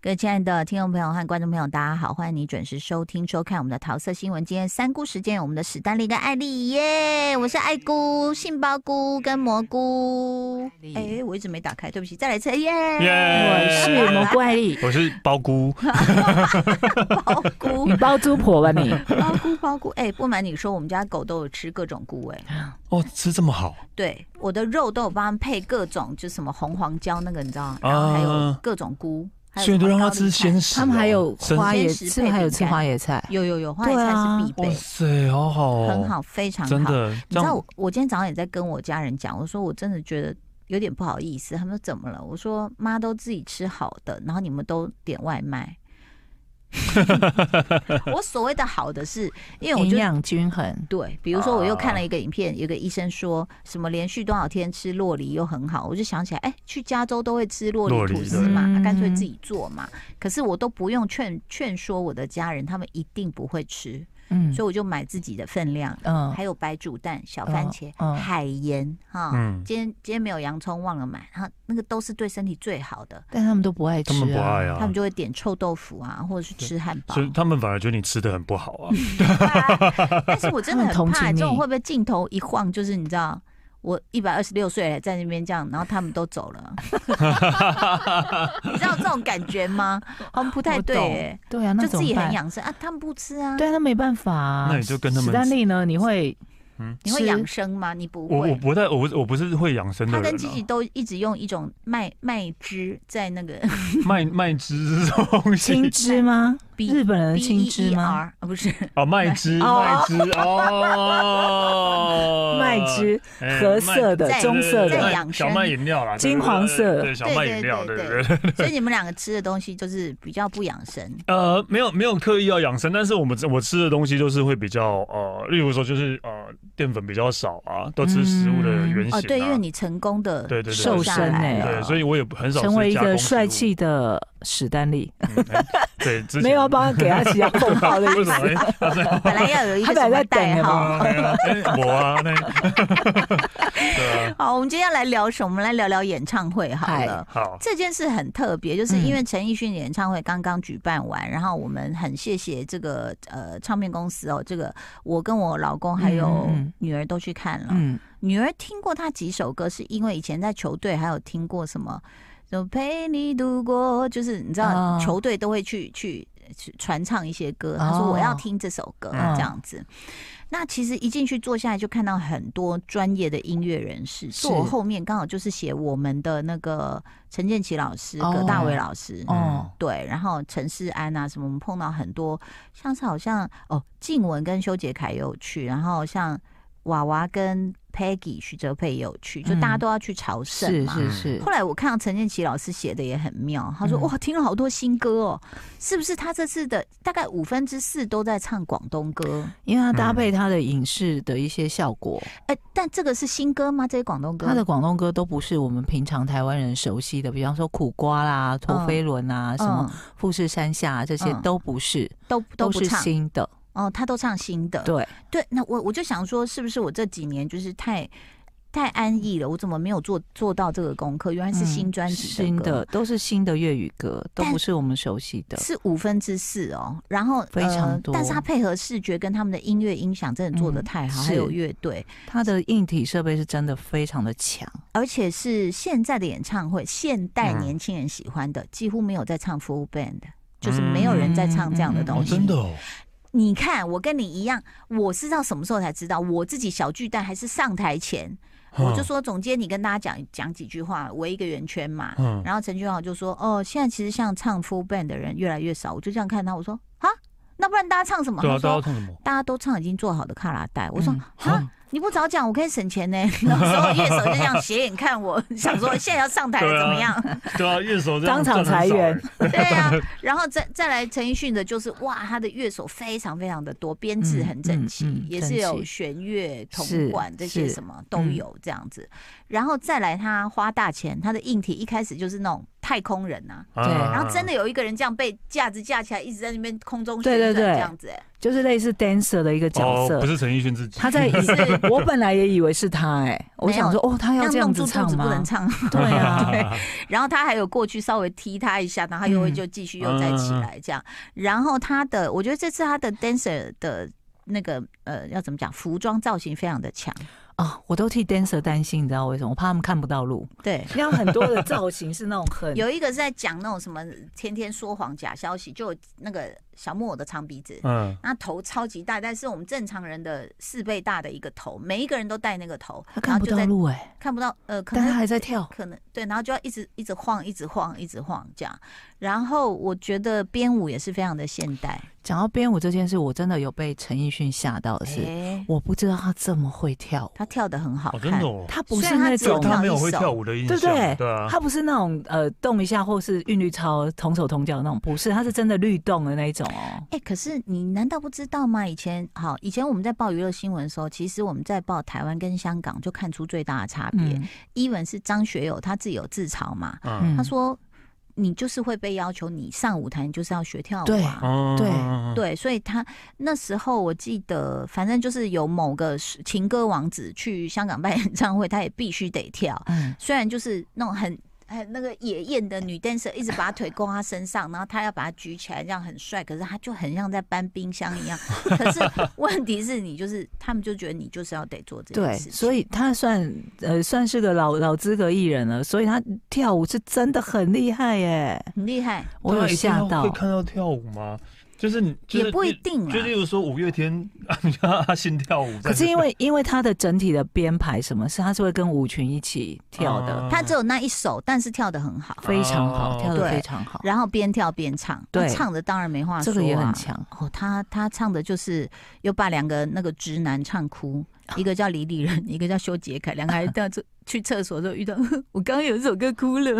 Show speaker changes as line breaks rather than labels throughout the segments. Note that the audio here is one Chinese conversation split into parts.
各位亲爱的听众朋友和观众朋友，大家好，欢迎你准时收听、收看我们的桃色新闻。今天三姑时间，有我们的史丹利跟艾丽耶，我是艾姑、杏鲍菇跟蘑菇。哎、我一直没打开，对不起，再来一次耶。
我是
耶！
蘑菇艾丽，
我是 包姑，
包 菇
你，包租婆吧你？
包菇，包菇。哎、不瞒你说，我们家狗都有吃各种菇、哎，
哦，吃这么好，
对，我的肉都有帮它配各种，就什么红黄椒那个，你知道吗？
啊
然后还有各种菇，还有
所以都让
高
他
丽
吃
菜
鲜食哦。
他们还有
生
花椰，
生食
是不是还有吃
配饼干
花椰菜？
有有有，花椰
对啊
菜是必备
哇，塞，好好哦，
很，好，非常
真
好。
的。
你知道我，我今天早上也在跟我家人讲，我说我真的觉得有点不好意思。他们说怎么了？我说妈都自己吃好的，然后你们都点外卖。 我所谓的好的是，因为我
营
就
养均衡，
对，比如说我又看
啊
了一个影片，有个医生说什么连续多少天吃洛梨又很好，我就想起来，哎，去加州都会吃洛
洛
梨
梨
吐司
对
嘛，啊干脆
嗯
自己做嘛。可是我都不用劝劝说我的家人，他们一定不会吃，
嗯
所以我就买自己的分量，
嗯
还有白煮蛋、小番茄、
嗯嗯
海盐哈。
嗯，
今天今天没有洋葱，忘了买，然后那个都是对身体最好的，
但他们都不爱吃、
他
啊，
们不爱
他
啊
们，就会点臭豆腐啊，或者是吃汉堡
所。以他们反而觉得你吃的很不好啊。
啊但是我真的
他们
很
同
怕
情
这种
你
会不会镜头一晃，就是你知道，我一百二十六岁了，在那边这样，然后他们都走 了， 你知道这种感觉吗？好像不太
我
对、
懂
欸，
对啊，那
就
怎
自
么
己很
办，
养生啊，他们不吃啊，
对啊，那没办法、啊。
那你就跟他们
史丹利呢？你会
你会
吃
养生吗？你 不
我我
会。
不太，我不我不是会养生的
他
人
跟琪琪
啊。
都一直用一种麦麦汁在那个
卖卖汁这种东
青
西
汁吗？
B
日本人
B
的
E
青汁
E
吗？
R 啊，不是
哦，卖汁卖
哦
汁 哦，
麦汁，
哎
褐色的
麦
棕色的
对对对
在养
小
生
麦饮料啦，对
金黄色
对对对小麦饮料，
对
对
对
对
对
对。
所以你们两个吃的东西就是比较不养 生，
呃，没有没有刻意要养生，但是我们我吃的东西就是会比较呃，例如说就是呃，淀粉比较少啊，都吃食物的原型、啊
哦，对，因为你成功的
对对对
瘦下
瘦身
来
欸
了
对，所以我也很少吃
成为一
加工
个
食物
帅、气的史丹利，
嗯哎对，之前
没有要 帮他给他其他封号的意
为
思
什。么？哎啊对 啊
本来要有一个
他本
什
来
么
在等
代
有没有
号。
哎呀哎我啊，那对啊，
好，我们今天要来聊什么？我们来聊聊演唱会好了。
好，
这件事很特别，就是因为陈奕迅演唱会刚刚举办完，然后我们很谢谢这个呃唱片公司哦，这个我跟我老公还有
嗯嗯嗯
女儿都去看了，
嗯，
女儿听过他几首歌，是因为以前在球队还有听过什么，就陪你度过，就是你知道、
哦
球队都会去去去传唱一些歌。他说
哦
我要听这首歌、
嗯
这样子。那其实一进去坐下来，就看到很多专业的音乐人士。
是
坐我后面刚好就是写我们的那个陈建奇老师、
哦
葛大为老师。
哦，
对，然后陈世安啊，什么我们碰到很多，像是好像哦，静雯跟修杰楷也有去，然后像娃娃跟 Peggy 徐哲佩也有去，就大家
嗯
都要去朝圣
是
嘛。
是是
后，来我看到陈建奇老师写的也很妙，他说、
嗯
哇，听了好多新歌哦，是不是他这次的大概五分之四都在唱广东歌？
因为他搭配他的影视的一些效果，
哎，但这个是新歌吗？这些广东歌？
他的广东歌都不是我们平常台湾人熟悉的，比方说苦瓜啦、陀飞轮啊、什么
嗯
富士山下、啊、这些
嗯
都不是，
都都不
是
唱
新的。
哦，他都唱新的。
对，
对，那我我就想说，是不是我这几年就是太太安逸了？我怎么没有做做到这个功课？原来是新
嗯
专辑的
新
歌，
的都是新的粤语歌，都
但
不是我们熟悉的。
是五分之四哦。然后
非常多
呃，但是他配合视觉跟他们的音乐音响真的做的
嗯
太好，
是
还有乐队，
它的硬体设备是真的非常的强，
而且是现在的演唱会，现代
嗯
年轻人喜欢的，几乎没有在唱 full band。就是没有人在唱这样的
嗯嗯嗯嗯
东
哦，
西。
真的哦，
你看，我跟你一样，我是到什么时候才知道？我自己小巨蛋还是上台前，我就说总监，你跟大家讲讲几句话，围一个圆圈嘛。
嗯，嗯，
然后陈俊豪就说：“哦，现在其实像唱 full band 的人越来越少。”我就这样看他，我说：“啊，那不然大家唱什么？”
对啊，
他
大家
说
唱什么：“？
大家都唱已经做好的卡拉带。”我说：“
嗯
啊、你不早讲，我可以省钱呢。” 然后所有乐手就这样斜眼看我， 想说现在要上台了
对啊
怎么样？
对啊，乐手这样
当场
赚很少
裁
哎
员
对啊，然后再再来陈奕迅的，就是哇，他的乐手非常非常的多，编制很整齐，
嗯嗯嗯
也是有弦乐、铜管
是
这些
是嗯
什么都有这样子。然后再来他花大钱，他的硬体一开始就是那种太空人啊，
啊
对
然后真的有一个人这样被架子架起来，一直在那边空中旋
对
转
对对
这样子、哎
就是类似 dancer 的一个角
哦、
色
不。是陈奕迅自己，
他在，
是
我本来也以为是他 哎，我想说哦，他要
弄
这样
住
子
肚
唱
子不
吗
能？唱。
对啊，
然后他还有过去稍微踢他一下，然后他又会
嗯
就继续又再起来这样。然后他的，我觉得这次他的 dancer 的那个呃，要怎么讲，服装造型非常的强，
啊，我都替 dancer 担心，你知道为什么？我怕他们看不到 路。
对。
那很多的造型是那种很
有一个是在讲那种什么天天说谎假消息，就有那个小木偶的长鼻子，
嗯，
那头超级大，但是我们正常人的四倍大的一个头，每一个人都戴那个头，
他
然
看
后
不
就
到
在
路哎，
看不到，呃，可
但他
能
还在跳。
可能对，然后就要一直一直晃，一直晃，一直晃这样。然后我觉得编舞也是非常的现代，
讲到编舞这件事，我真的有被陈奕迅吓到的是，
诶
我不知道他这么会跳舞。
他跳的很好
哦，
看，
真的哦，
他不
虽
是
然他
那
只有
种
跳
他
一
没有会
首
跳舞的印
对
象，
不对
对啊，
他不是那种呃动一下或是韵律操同手同脚的那种，不是，他是真的律动的那一种哦。
哎、可是你难道不知道吗？以前好，以前我们在报娱乐新闻的时候，其实我们在报台湾跟香港就看出最大的差别。
嗯，
伊文是张学友他自己有自嘲嘛，
嗯
他说你就是会被要求你上舞台，你就是要学跳舞
对
啊。
嗯
对
嗯
对，所以他那时候我记得，反正就是有某个是情歌王子去香港办演唱会，他也必须得跳。
嗯，
虽然就是那种很很那个野艳的女 dancer，一直把腿勾他身上，然后他要把他举起来，这样很帅，可是他就很像在搬冰箱 一样。可是问题是你就是他们就觉得你就是要得做这件
对，
事情，
所以他算呃算是个老老资格艺人了，所以他跳舞是真的很厉害耶，
很厉害，
我有
对啊一定要
吓到
会。看到跳舞吗？就是你，就是
也不一
例
定啊啦
就。例如说五月天，你看阿信跳舞在那，
可是因为因为他的整体的编排什么，是他是会跟舞群一起跳的，
嗯
他只有那一首，但是跳得很好，
非常好，
哦
跳的
对
非常好。
然后边跳边唱，
对
他唱的当然没话说、
这
啊，
个也很强
哦，他他唱的就是又把两个那个直男唱哭，
哦
一个叫李李仁，一个叫修杰楷，两个还到这去厕所的时候遇到， 我刚刚有一首歌哭了。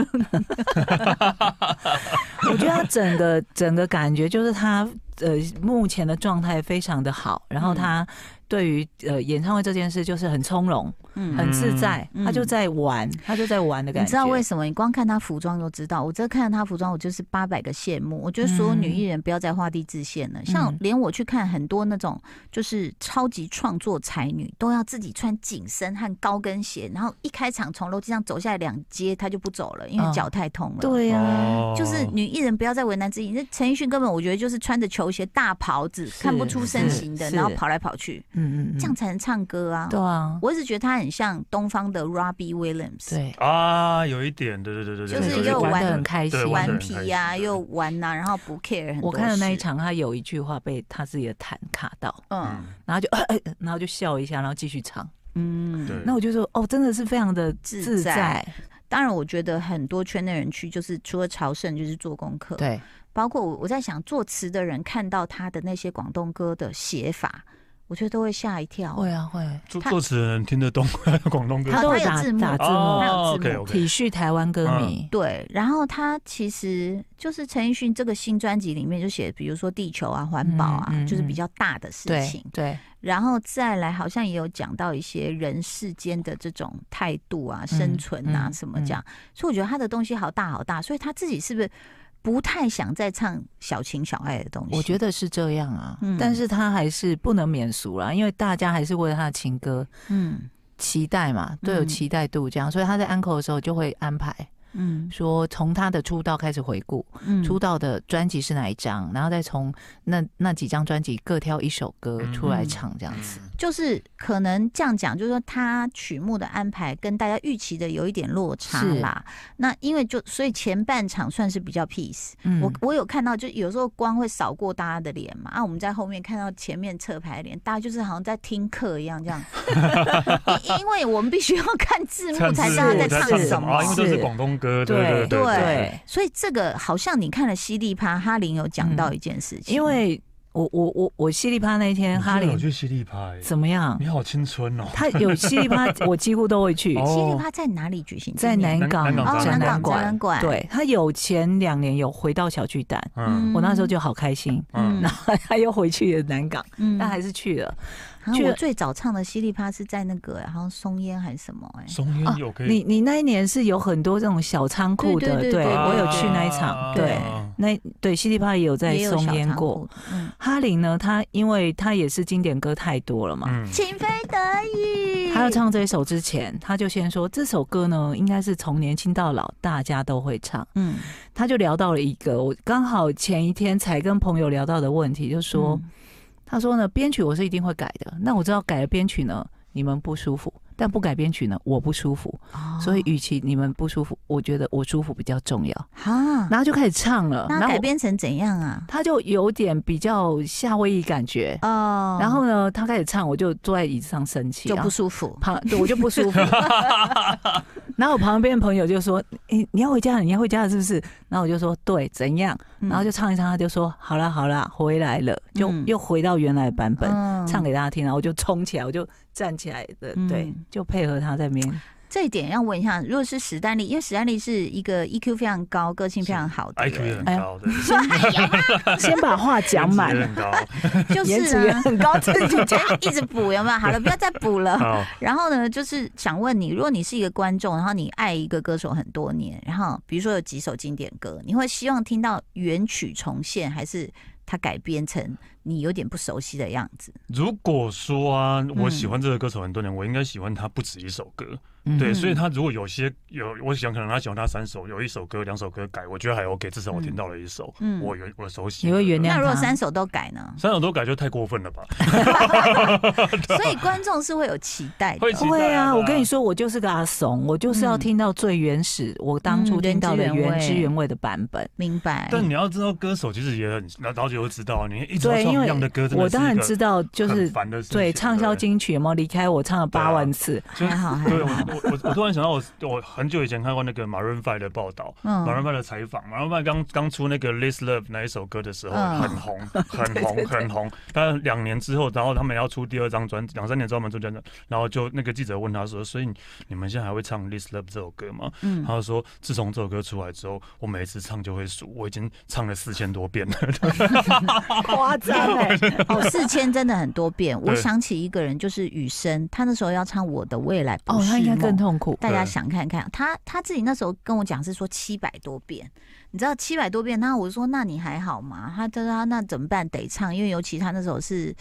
我觉得他 整个整个感觉就是他呃目前的状态非常的好，然
嗯
后他对于呃演唱会这件事就是很从容、
嗯
很自在，
嗯
他就在玩，他就在玩的感觉。
你知道为什么？你光看她服装就知道。我这看她服装，我就是八百个羡慕。我觉得所有女艺人不要再画地自限了。像
嗯
连我去看很多那种就是超级创作才女，都要自己穿紧身和高跟鞋，然后一开场从楼梯上走下来两阶，她就不走了，因为
嗯
脚太痛了。。
对呀、
哦
就是女艺人不要再为难自己。那陈奕迅根本我觉得就是穿着球鞋、大袍子，
是
看不出身形的，
是
然后跑来跑去，
嗯嗯嗯，
这样才能唱歌啊。
对啊，
我一直觉得她很像东方的 Robbie Williams。
对，
啊，有一点，对对对对，
就是
对
又
玩
玩
的很开心
对，玩得
顽
很
皮呀、
开心
又玩呐、然后不 care 很多
我看的那一
事，
场，他有一句话被他自己的弹卡到，
嗯
然后就、呃然后就笑一下，然后继续唱。
嗯，
对，
那我就说，哦，真的是非常的
自
自
在
在，
当然，我觉得很多圈内人去，就是除了朝圣，就是做功课。，
对，
包括我我在想，作词的人看到他的那些广东歌的写法，我觉得都会吓一跳。
会啊会。
作
他
作词人听得懂广东歌
他
都
有
打
字幕
打字幕
他，有
哦
字幕
，OK OK，
体恤台湾歌
嗯
迷，
对，然后他其实就是陈奕迅这个新专辑里面就写，比如说地球啊、环保啊，
嗯嗯
就是比
嗯
较大的事
对
情。
对，
然后再来，好像也有讲到一些人世间的这种态度啊、生存啊
嗯
什么这样，所以我觉得他的东西好大好大，所以他自己是不是不太想再唱小情小爱的东西？
我觉
得
得是这样啊，
嗯
但是他还是不能免俗啦，因为大家还是为了他的情歌
嗯
期待嘛，都有
嗯
期待度这样，所以他在安 n 的时候就会安排
嗯
说，从他的出道开始回顾，
嗯
出道的专辑是哪一张，然后再从那那几张专辑各挑一首歌
嗯
出来唱这样子。
就是可能这样讲，就是说他曲目的安排跟大家预期的有一点落差
是
啦。那因为就所以前半场算是比较 peace，
嗯
我我有看到，就有时候光会扫过大家的脸嘛，啊，我们在后面看到前面侧排的脸，大家就是好像在听课一样这样， 因因为我们必须要看字幕才知道
幕
他在
才
唱
知
什
道
么
啊，因为。都是
是
广东歌，对
对
对对，
对，
所以这个好像你看了《犀利趴》，哈林有讲到一件事情，
因为我我我我犀利趴那一天，哈
哈
林
我去犀利派，
怎么样？
你好青春哦，
他有犀利趴，我几乎都会去。
《犀利
哦
趴》在哪里举行？
在
今年
南
南
港
南港
哦，南
展览
港展
馆
览，馆，
对他有前两年有回到小巨蛋，
嗯
我那时候就好开心，
嗯
然后他又回去了南港，
嗯
但还是去了。
啊
去
我最早唱的噼里啪啦是在那个好像松烟还是什么哎、
松烟有可以
你你那一年是有很多这种小仓库的，
对对对对
我有
对
去那一场，
啊
对，那对西利帕也有在
也有
松
小
烟
仓
过。
库， 嗯，
哈林呢，他因为他也是经典歌太多了嘛，
嗯，
请飞得意，
他要唱这一首之前，他就先说这首歌呢，应该是从年轻到老大家都会唱。
嗯，
他就聊到了一个我刚好前一天才跟朋友聊到的问题，就说、
嗯
他说呢，编曲我是一定会改的，那我知道改了编曲呢，你们不舒服，但不改编曲呢，我不舒服。
哦
所以，与其你们不舒服，我觉得我舒服比较重要。
哈，
然后就开始唱
嗯
了，
那
然后
改
我
编成怎样啊？
他就有点比较夏威夷感觉。
哦，
然后呢，他开始唱，我就坐在椅子上生气，
就
然
不
后
舒服，
旁对我就 不舒服。然后我旁边的朋友就说：“诶、你要回家了，你要回家了是不是？”然后我就说：“对，怎样？”
嗯
然后就唱一唱，他就说：“好啦好啦，回来了。”就
嗯
又回到原来版本，
嗯
唱给大家听。然后我就冲起来，我就站起来的，对
嗯，
就配合他在面。
这一点要问一下，如果是史丹利，因为史丹利是一个 EQ 非常高、个性非常好的
，IQ 也很
人，
高的，
先把话哎 讲满
就
颜值，也很高。
颜值
是
也
啊，
很高，自己
就 一直补有没有？好 了，不要再补了。
好，
然后呢，就是想问你，如果你是一个观众，然后你爱一个歌手很多年，然后比如说有几首经典歌，你会希望听到原曲重现，还是它改编成你有点不熟悉的样子？
如果说啊，我喜欢这个歌手很多年，我应该喜欢他不止一首歌。
嗯
对，所以他如果有些有，我想可能他喜欢他三首，有一首歌、两首歌改，我觉得还 OK，至少我听到了一首，
嗯
我有我熟悉。
你会原谅
那如果
他
三首都改呢？
三首都改就太过分了吧？
所以观众是会有期待的
会。期
会
待
啊，
啊
我跟你说，我就是个阿怂，我就是要听到最原始，我当初听到的
嗯原
原
汁原味
汁原味的版本。
嗯
明白。
但你要知道，歌手其实也很，那老姐就知道，你一直
对，
唱
因
一
为
样的歌，真的
我当然知
道，
道，就是
烦的事情。啊
对畅销
对
金曲有没有离开我唱了八万 次？
就
还好还
对我啊
好
我我我突然想到我，我很久以前看过那个马润 Five 的报道，
嗯
马润 Five 的采访，马润 Five 刚刚出那个《This Love》那一首歌的时候，
嗯
很红， 很红，很红。但两年之后，然后他们要出第二张专辑，两三年之后他们出专辑，然后就那个记者问他说：“所以你你们现在还会唱《This Love》这首歌吗？”
嗯，
他就说：“自从这首歌出来之后，我每次唱就会数，我已经唱了四千多遍了。
夸张哎！
欸
哦，四千真的很多遍。我
对
想起一个人，就是雨生，他那时候要唱《我的未来不
哦，
是
他应该
梦
更痛 苦。
大家
对
想看看，他他自己那时候跟我讲是说七百多遍，你知道七百多遍，那我说那你还好吗？他他说他那怎么办？得唱，因为尤其他那时候是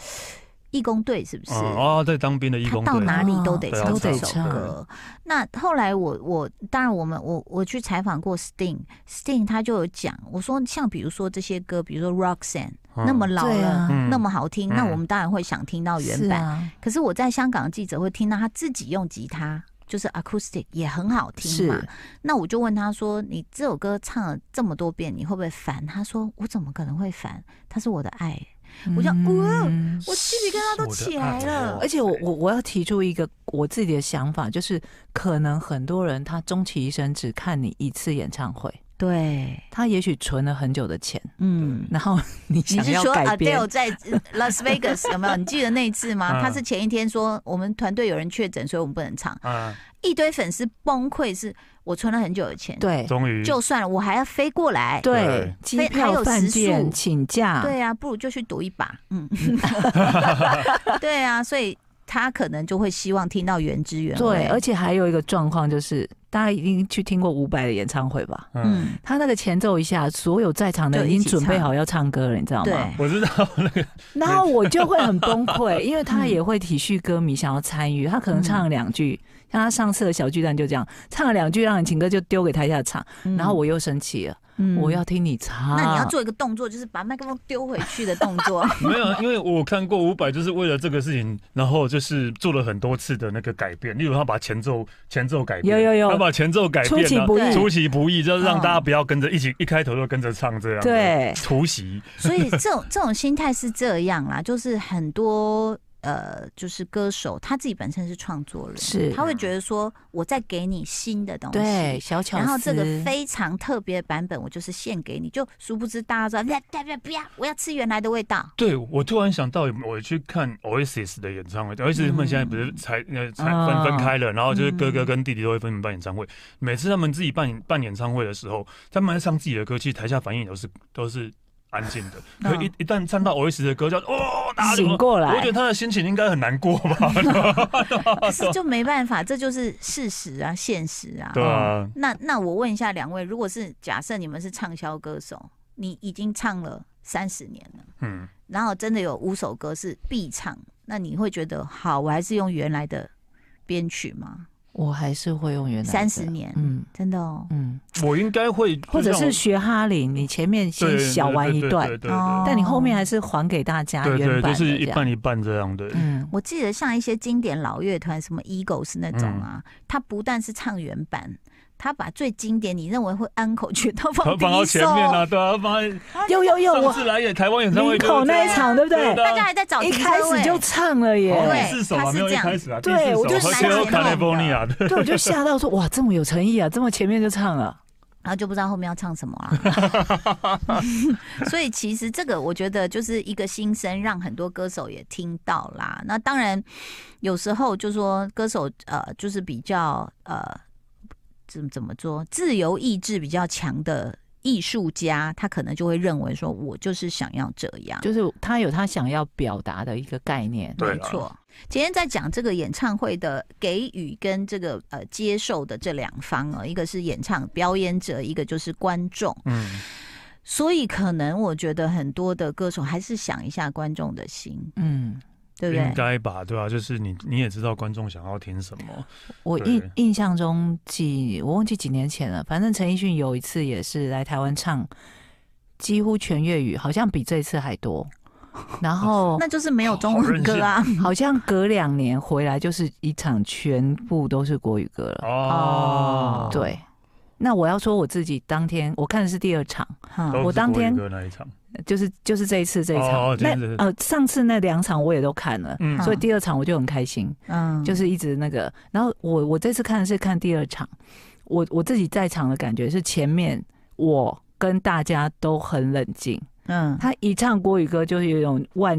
义工队，是不是？
嗯”啊，在当兵的义
他
工
到
队
哪里都得
对啊
唱
都
这
得
首
哦唱
歌。那后来我我当然我们我我去采访过 Sting，Sting 他就有讲，我说像比如说这些歌，比如说 Roxanne、
嗯
那么老
对
了
啊，
嗯
那么好听，那
嗯
我们当然会想听到原
是
版。
啊，
可是我在香港的记者会听到他自己用吉他，就是 acoustic 也很好听嘛
是。
那我就问他说：“你这首歌唱了这么多遍，你会不会烦？”他说：“我怎么可能会烦？它是我的爱。我就哇
嗯”哎
我鸡皮疙瘩都起来
是我的爱
了
哦
而。且我我我要提出一个我自己的想法，就是可能很多人他终其一生只看你一次演唱会，
对，
他也许存了很久的钱，
嗯。
然 后你
你
想
是
要
说
改变
Adele 在呃 Las Vegas 有没有？你记得那一次吗？
嗯
他是前一天说我们团队有人确诊，所以我们不能唱。
啊，
一堆粉丝崩溃，是我存了很久的钱，，
对
终于
就算了，我还要飞过来。
对
对，
机
非还有
票、饭
食宿
店、请假，
对啊，不如就去赌一把。 嗯，对啊，所以他可能就会希望听到原汁原味。嗯
对，而且还有一个状况就是，大家一定去听过伍佰的演唱会吧？
嗯，
嗯，
他那个前奏一下，所有在场的人
对
已
一
经
起
准备
唱
好要唱歌了，你知道
对
吗？，
我知道那个
然后我就会很崩溃，因为他也会体恤歌迷想要参与，他可能唱了两句，像他上次的小巨蛋就这样，唱了两句让你情歌就丢给台下唱，
嗯
然后我又生气了，
嗯
我要啊听你唱。
那你要做一个动作，就是把麦克风丢回去的动作。
没有，啊因为我看过伍佰就是为了这个事情，然后就是做了很多次的那个改变，例如他把前奏前奏改变，
有有有
他把前奏改变
出其
了
不意
对，
出其不意，就是让
嗯
大家不要跟着一起一开头就跟着唱这样，
对
突袭，
所以这种这种心态是这样啦，就是很多呃，就是歌手他自己本身是创作人，
是
他会觉得说我在给你新的东西，
对小巧思，
然后这个非常特别的版本，我就是献给你，就殊不知大家说不要不要，我要吃原来的味道。
对我突然想到，我去看 Oasis 的演唱会，Oasis 他们现在不是
嗯
才呃才
啊
分分开了，然后就是哥
嗯
哥跟弟弟都会分别办演唱会。每次他们自己办办演唱会的时候，他们在唱自己的歌，其实台下反应都是都是安静 的，
嗯
可一一旦唱到 Oasis 的歌，叫哦，大家就
醒过
我
来
觉得，他的心情应该很难过 吧？
哦
可是就没办法，这就是事实啊，现实啊。
对
哦
啊，
那那我问一下两位，如果是假设你们是畅销歌手，你已经唱了三十年了，
嗯，
然后真的有五首歌是必唱，那你会觉得好，我还是用原来的编曲吗？
我还是会用原来的
30年
嗯
真的哦，
嗯，
我应该会，
或者是
就像
学哈林，你前面
我
先小玩一段
对，对对对
哦
但你后面还是还给大家
对对
原
对，
版
就
的
是一
这样。
半一半这 样的。
嗯，
我记得像一些经典老乐团，什么 Eagles 那种啊，
嗯
他不但是唱原版，他把最经典你认为会 uncle 全都
他
放第
放到
一
前
首，
面啊，对啊，放在
有有有，
上
我
次来演台湾演唱会
林
就是
口
这
那
样，
一场对不对？
大家还在找
一
停车
开始
位
就唱了
好
耶，
对
第四首
他
啊，
是
没有一
这样
开始啊，第
对
四首
我就
想
和
起
Hello
来了
California 啊的，
对，我就吓到说哇，这么有诚意啊，这么前面就唱
啊
了。
然后就不知道后面要唱什么啊。 所以其实这个我觉得就是一个心声，让很多歌手也听到啦。那当然，有时候就说歌手呃，就是比较呃，怎么怎么说，自由意志比较强的艺术家，他可能就会认为说，我就是想要这样。
就是啊他有他想要表达的一个概念，
对
没
啦
错，今天在讲这个演唱会的给予跟这个呃接受的这两方啊，一个是演唱表演者，一个就是观众。
嗯，
所以可能我觉得很多的歌手还是想一下观众的心，
嗯，
对不
应
对？
该吧，对啊，就是你你也知道观众想要听什么，
我
对
印印象中几我忘记几年前了，反正陈奕迅有一次也是来台湾唱，几乎全粤语，好像比这次还多。然 后
那就是没有中文歌 啊，
好像隔两年回来就是一场全部都是国语歌了。
哦，
对，那我要说我自己当天我看的是第二场，
都
嗯
是
我当天
国语歌那一场，
就是就是这一次这一场。
哦哦
那
对对对
呃上次那两场我也都看了，
嗯
所以第二场我就很开心。
嗯，
就是一直那个。然后我我这次看的是看第二场，我我自己在场的感觉是前面我跟大家都很冷静，
嗯，
他一唱国语歌就是有一种万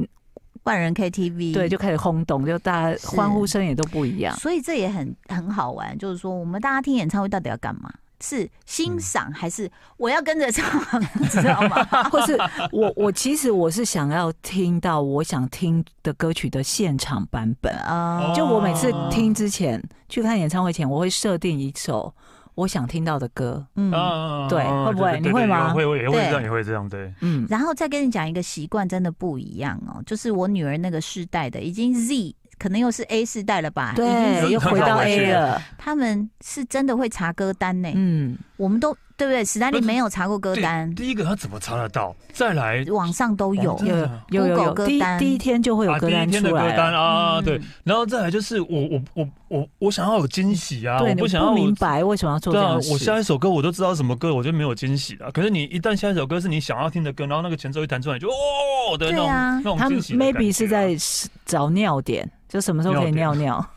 万人 KTV
对就开始轰动，就大家
是
欢呼声也都不 一样。
所以这也很很好玩，就是说我们大家听演唱会到底要干嘛？是
嗯
欣赏还是我要跟着唱， 你知道 吗？
或是我我其实我是想要听到我想听的歌曲的现场版本，
啊
就我每次
哦
听之前去看演唱会前，我会设定一首我想听到的歌，
嗯，
啊
对会不会你会吗
会会也会
对
这样，也会这样，对，
嗯，
然后再跟你讲一个习惯，真的不一样哦，就是我女儿那个世代的，已经 Z，可能又是 A 世代了吧？
啊
已经
对，
有
又回到
回去
A 了，
他们是真的会查歌单呢。
嗯。
我们都对不对？史丹利
不是
没有查过歌单，
第一个他怎么查得到？再来
网上都有
网。站
有有有
Google
有，
歌
第一
单
第一天就会有
啊，
歌
第一
单
天的
出
歌
来
单
了。
啊，
嗯
对，然后再来就是我我我我我想要有惊喜啊，
对，
我
你
不想要我
明白为什么要做这
对啊
样的，事。
我下一首歌我都知道什么歌，我就没有惊喜啊了。可是你一旦下一首歌是你想要听的歌，然后那个前奏一弹出来，你就哦的那种、
对啊
那种
他
惊
们
喜的感觉啊。
maybe 是在找尿点，就什么时候可以
尿
尿尿？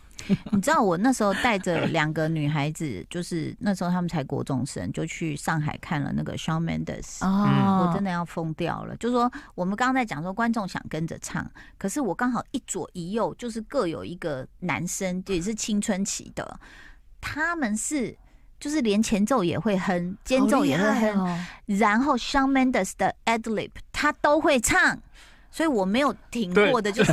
你知道我那时候带着两个女孩子，就是那时候她们才国中生，就去上海看了那个 Shawn Mendes。我
哦嗯
嗯
哦真的
的
要疯掉了！就说我们刚刚在讲说观众想跟着唱，可是我刚好一左一右，就是各有一个男生，也是青春期的，他们是就是连前奏也会哼，间奏也会哼，
哦
然后 Shawn Mendes 的 Adlib 他都会唱，所以我没有停过的，就是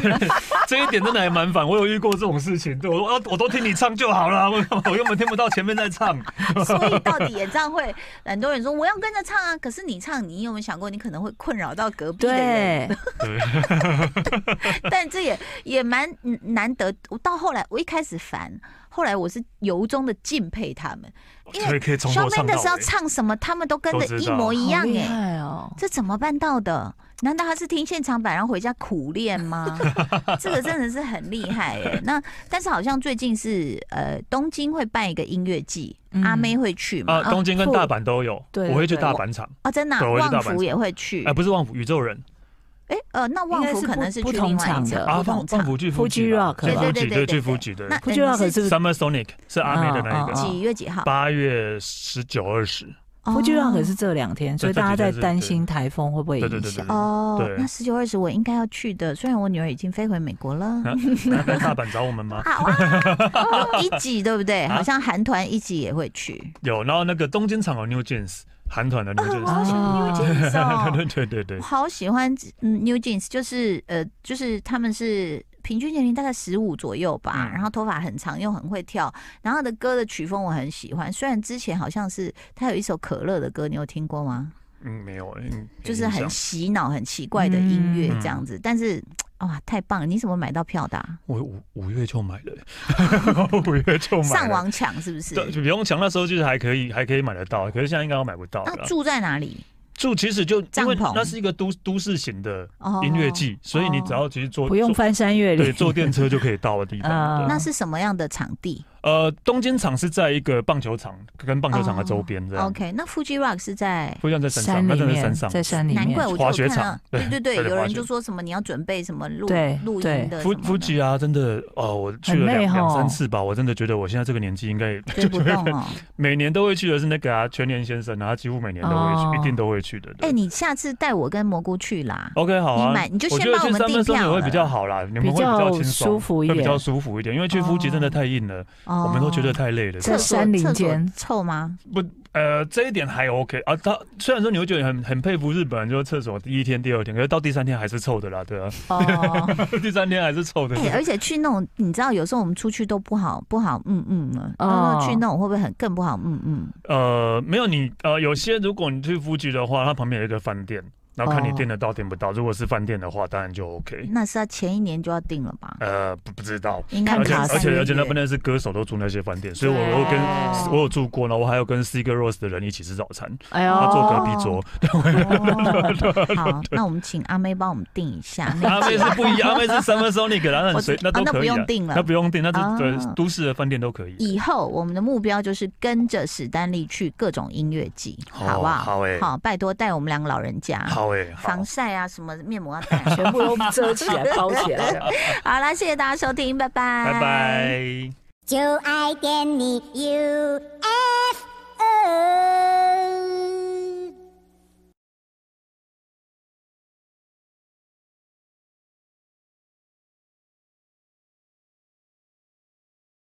这一点真的还蛮反，我有遇过这种事情。对我说啊我都听你唱就好了，我 干嘛我根本听不到前面在唱。
所以到底演唱会，很多人说我要跟着唱啊，可是你唱，你有没有想过你可能会困扰到隔壁的人？
对，
对，
但这也也蛮嗯难得。我到后来，我一开始烦，后来我是由衷的敬佩他们，因
所
为
以可以从
小
头
妹
唱
的
到
时候
尾。啊
唱什么，他们都跟
都
的
知
一
道
模 一样哎、
哎哦，
这怎么办到的？难道他是听现场版然后回家苦练 吗？这个真的是很厉害耶、那但是好像最近是呃东京会办一个音乐季，
嗯
阿妹会去嘛？
啊，东京跟大阪都有，
对
我会去
对
大阪场，
哦，真的啊、
对我去大
旺
阪
福也会去
哎、。不是旺福宇宙人
哎、呃，那旺福
应该是不
可能是去
不
另外一
同
场
场的
啊，
不
旺
同
旺
场。
福去 Fuji
Fuji
吧
Rock
对
吧
Fuji，
对对对对
对，去 Fuji 的
那
不知道
你
可是不是
Summer Sonic 是阿妹的那一
啊啊
个，
几月几号？
八月十九二十，
不就让可
哦
是这两天，所以
对
大家
这
在
几天是
担心台风会不会
对对
影
对对
响。
对。
哦
对，
那十九二十我应该要去的，虽然我女儿已经飞回美国 了。
那来大阪找我们吗？
好 啊，有一集对不对？
啊
好像韩团一集也会去。
有，然后那个东京场有 New Jeans，韩团的 New
哦
我好喜
Jeans，
欢 New Jeans 哦，
对对对对
我，好喜欢嗯 New Jeans，就是呃，就是他们是平均年龄大概十五左右吧，
嗯
然后头发很长又很会跳，然后他的歌的曲风我很喜欢。虽然之前好像是他有一首可乐的歌，你有听过吗？
嗯，没嗯有，嗯
就是很洗脑、很奇怪的音乐这样子，但是。哇，太棒了！你怎么买到票的啊、
我五五月就买了，五月就买了
上网抢是不是？
对，就不用抢，那时候就是还可以，还可以买得到，可是现在应该都买不到
那
了。
住在哪里？
住其实就因
啊帐
为
篷
那是一个都都市型的
哦
音乐季，所以你只要其实坐
不用
坐
翻山越
对
岭，
坐电车就可以到的地方。
啊
对
那是什么样的场地
呃，东京场是在一个棒球场跟棒球场的周边这样，
？OK，那 Fuji Rock 是在
不像在山上，
里
那真的是
面，
山上。
在山里面，
难怪我就
滑
有
雪
看到
场，
对对对，
对
有
滑
人
雪
就说什么你要准备什么录
对
录
对
音的
夫
呃什么的
夫吉啊，真的哦，我去
很
了
累
两两
吼
三次吧，我真的觉得我现在这个年纪应该也
追不动哦。
每年都会去的是那个啊，全年先生啊，他几乎每年都会去，
哦
一定都会去的。对
哎，你下次带我跟蘑菇去啦。
OK，好啊，
你买你就
我
先
觉得
帮我
去
们
三
订
分钟
票
也会
了
比较好啦，你们会
比较
轻松，
舒服一
会比
点
较舒服一点，因为去夫吉真的太硬了，
哦
我们都觉得太累了。
厕
在
所
山林
厕所
间
臭吗？
不，呃，这一点还 OK 啊。他虽然说你会觉得很很佩服日本人，就是厕所第一天、第二天，可是到第三天还是臭的啦，对啊，
哦，
第三天还是臭的。
哎，而且去那种你知道，有时候我们出去都不好不好，嗯嗯了。
哦
然后去那种会不会很更不好？嗯嗯。
呃，没有你呃，有些如果你去夫吉的话，它旁边有一个饭店，然后看你订得到订不到。如果是饭店的话，当然就 OK。
那是要前一年就要定了吧？
呃，不不知道，
应该
而
不
且
是
而
三个
且
月
而且那边的是歌手都住那些饭店，所以我
对
我有
啊
跟我有住过，然后我还有跟 s i g a Rose 的人一起吃早餐，
哎
他坐
呦，
隔壁桌。
哦好，那我们请阿妹帮我们定一下。那
阿妹是 不一样，阿妹是 Summer Sonic，然后
我
很随
知，
那
啊
都
那
可
不
以啊
用，定了
那。不用订，那
啊
是对都市的饭店都可以。
以后我们的目标就是跟着史丹利去各种音乐季，好不好？
好欸
好，拜托带我们两个老人家，
好诶，好
防，晒啊，什么面膜要带。啊
全 部都遮起来包起来了。
好啦，谢谢大家收听，拜拜，
拜。拜。
就爱点你 UFO。